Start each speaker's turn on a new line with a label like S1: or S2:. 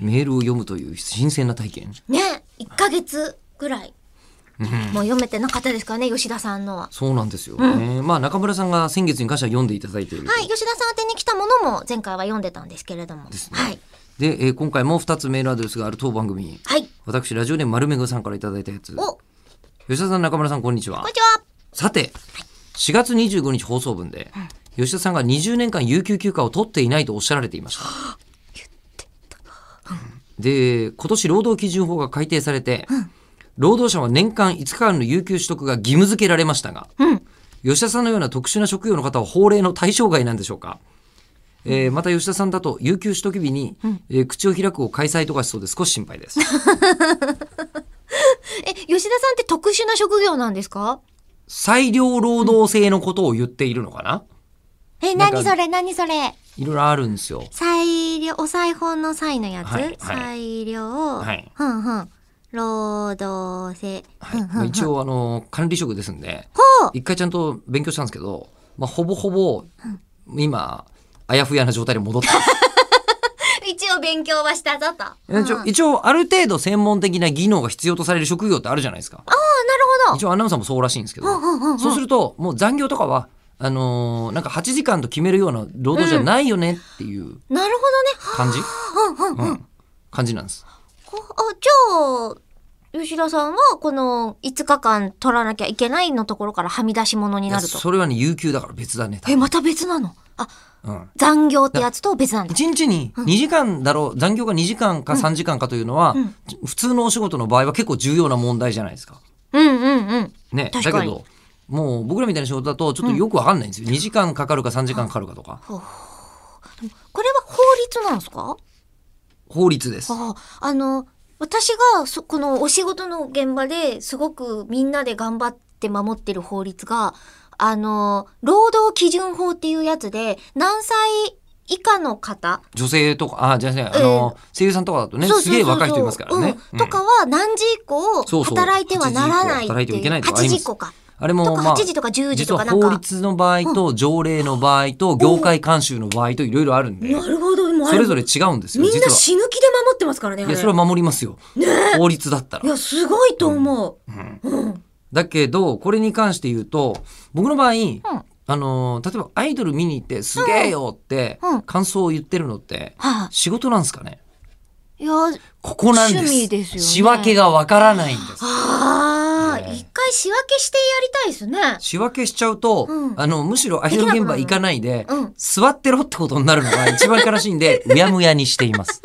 S1: メールを読むという新鮮な体験。
S2: ね一ヶ月ぐらい、もう読めてなかったですからね吉田さんのは
S1: そうなんですよ、ねまあ中村さんが先月に関しては読んでいただいていると。
S2: はい吉田さん宛てに来たものも前回は読んでたんですけれども、
S1: すね
S2: はい
S1: で、えー今回も2つメールアドレスがある当番組に。
S2: はい
S1: 私、ラジオネーム丸めぐさんからいただいたやつ。
S2: おこ
S1: 吉田さん、中村さん、こんにちは
S2: んに。ちは
S1: さて、4月25日放送分で、吉田さんが20年間有給休暇を取っていないとおっしゃられていました。で、今年労働基準法が改定されて、労働者は年間5日間の有給取得が義務付けられましたが、吉田さんのような特殊な職業の方は法令の対象外なんでしょうかえーまた吉田さんだと有給取得日に、えー口を開くを開催とかしそうで少し心配です。
S2: え吉田さんって特殊な職業なんですか
S1: 裁量労働制のことを言っているのかな
S2: え
S1: なんか
S2: 何それ何それ
S1: いろいろあるんですよ。
S2: 裁量お裁縫の裁のやつ、
S1: はいはい
S2: 裁量、
S1: はい
S2: ふんふん労働制、
S1: はい
S2: ふんふん
S1: まあ一応あの管理職ですんで
S2: ほう
S1: 一回ちゃんと勉強したんですけど、まあ、ほぼほぼ今あやふやな状態で 戻った
S2: 一応勉強はしたぞとあ
S1: えちょ一応ある程度専門的な技能が必要とされる職業ってあるじゃないですか
S2: あなるほど
S1: 一応アナウンサーもそうらしいんですけど
S2: うんうんうんうん
S1: そうするともう残業とかはあのーなんか8時間と決めるような労働じゃないよねっていう
S2: なるほどねは
S1: 感じ、
S2: うんうんう
S1: う
S2: ん
S1: ん感じなんです。
S2: こあじゃあ吉田さんはこの5日間取らなきゃいけないのところからはみ出し物に
S1: い
S2: な
S1: や
S2: ると
S1: それはね有給だから別だね。多
S2: え
S1: 分
S2: また別なのあ
S1: うん
S2: 残業ってやつと別なんだ
S1: 1日に2時間だろう、残業が2時間か3時間かというのは、
S2: うん
S1: 普通のお仕事の場合は結構重要な問題じゃないですか。
S2: うんうんうん
S1: ね、だ
S2: 確か
S1: け
S2: に
S1: どもう僕らみたいな仕事だとちょっとよくわかんないんですよ、2時間かかるか3時間かかるかとか
S2: これは法律なんですか
S1: 法律です。
S2: あああの私がそこのお仕事の現場ですごくみんなで頑張って守ってる法律があの労働基準法っていうやつで何歳以下の方
S1: 女性とかあじゃあね、あの声優さんとかだとね
S2: そう
S1: す
S2: そうそうそう
S1: げえ若い人いますからね。
S2: う
S1: うん
S2: んとかは何時以降
S1: そうそう
S2: 働いてはならな
S1: 8時以
S2: い
S1: 降働いてはいけないとかあ
S2: 8
S1: りま
S2: 時
S1: す
S2: 以降か。
S1: あれ
S2: と
S1: も、
S2: か
S1: まあ
S2: 8、時とか10時
S1: 実
S2: と
S1: は
S2: かなんか。
S1: 法律の場合と条例の場合と業界慣習の場合といろいろあるんで
S2: なるほどもうあ
S1: そ
S2: れ
S1: れぞれ違うんですよ
S2: みんな
S1: 実は。
S2: 死ぬ気で守ってますからね。あ
S1: い
S2: れ
S1: やそれは守りますよ、法律だったら
S2: い。やすごいと思う。
S1: だけど、これに関して言うと、僕の場合、あのー、例えばアイドル見に行って、すげえよって
S2: うん、
S1: 感想を言ってるのって、
S2: はあ、
S1: 仕事なんですかね
S2: いや
S1: ここなんです。
S2: 趣味ですよね
S1: 仕分けがわからないんです。
S2: ああ、
S1: ねえ
S2: 一回仕分けしてやりたいですね。
S1: 仕分けしちゃうと、
S2: うん
S1: あの、むしろアイドル現場行かないで、
S2: うん
S1: 座ってろってことになるのが一番悲しいんで、うやむやにしています。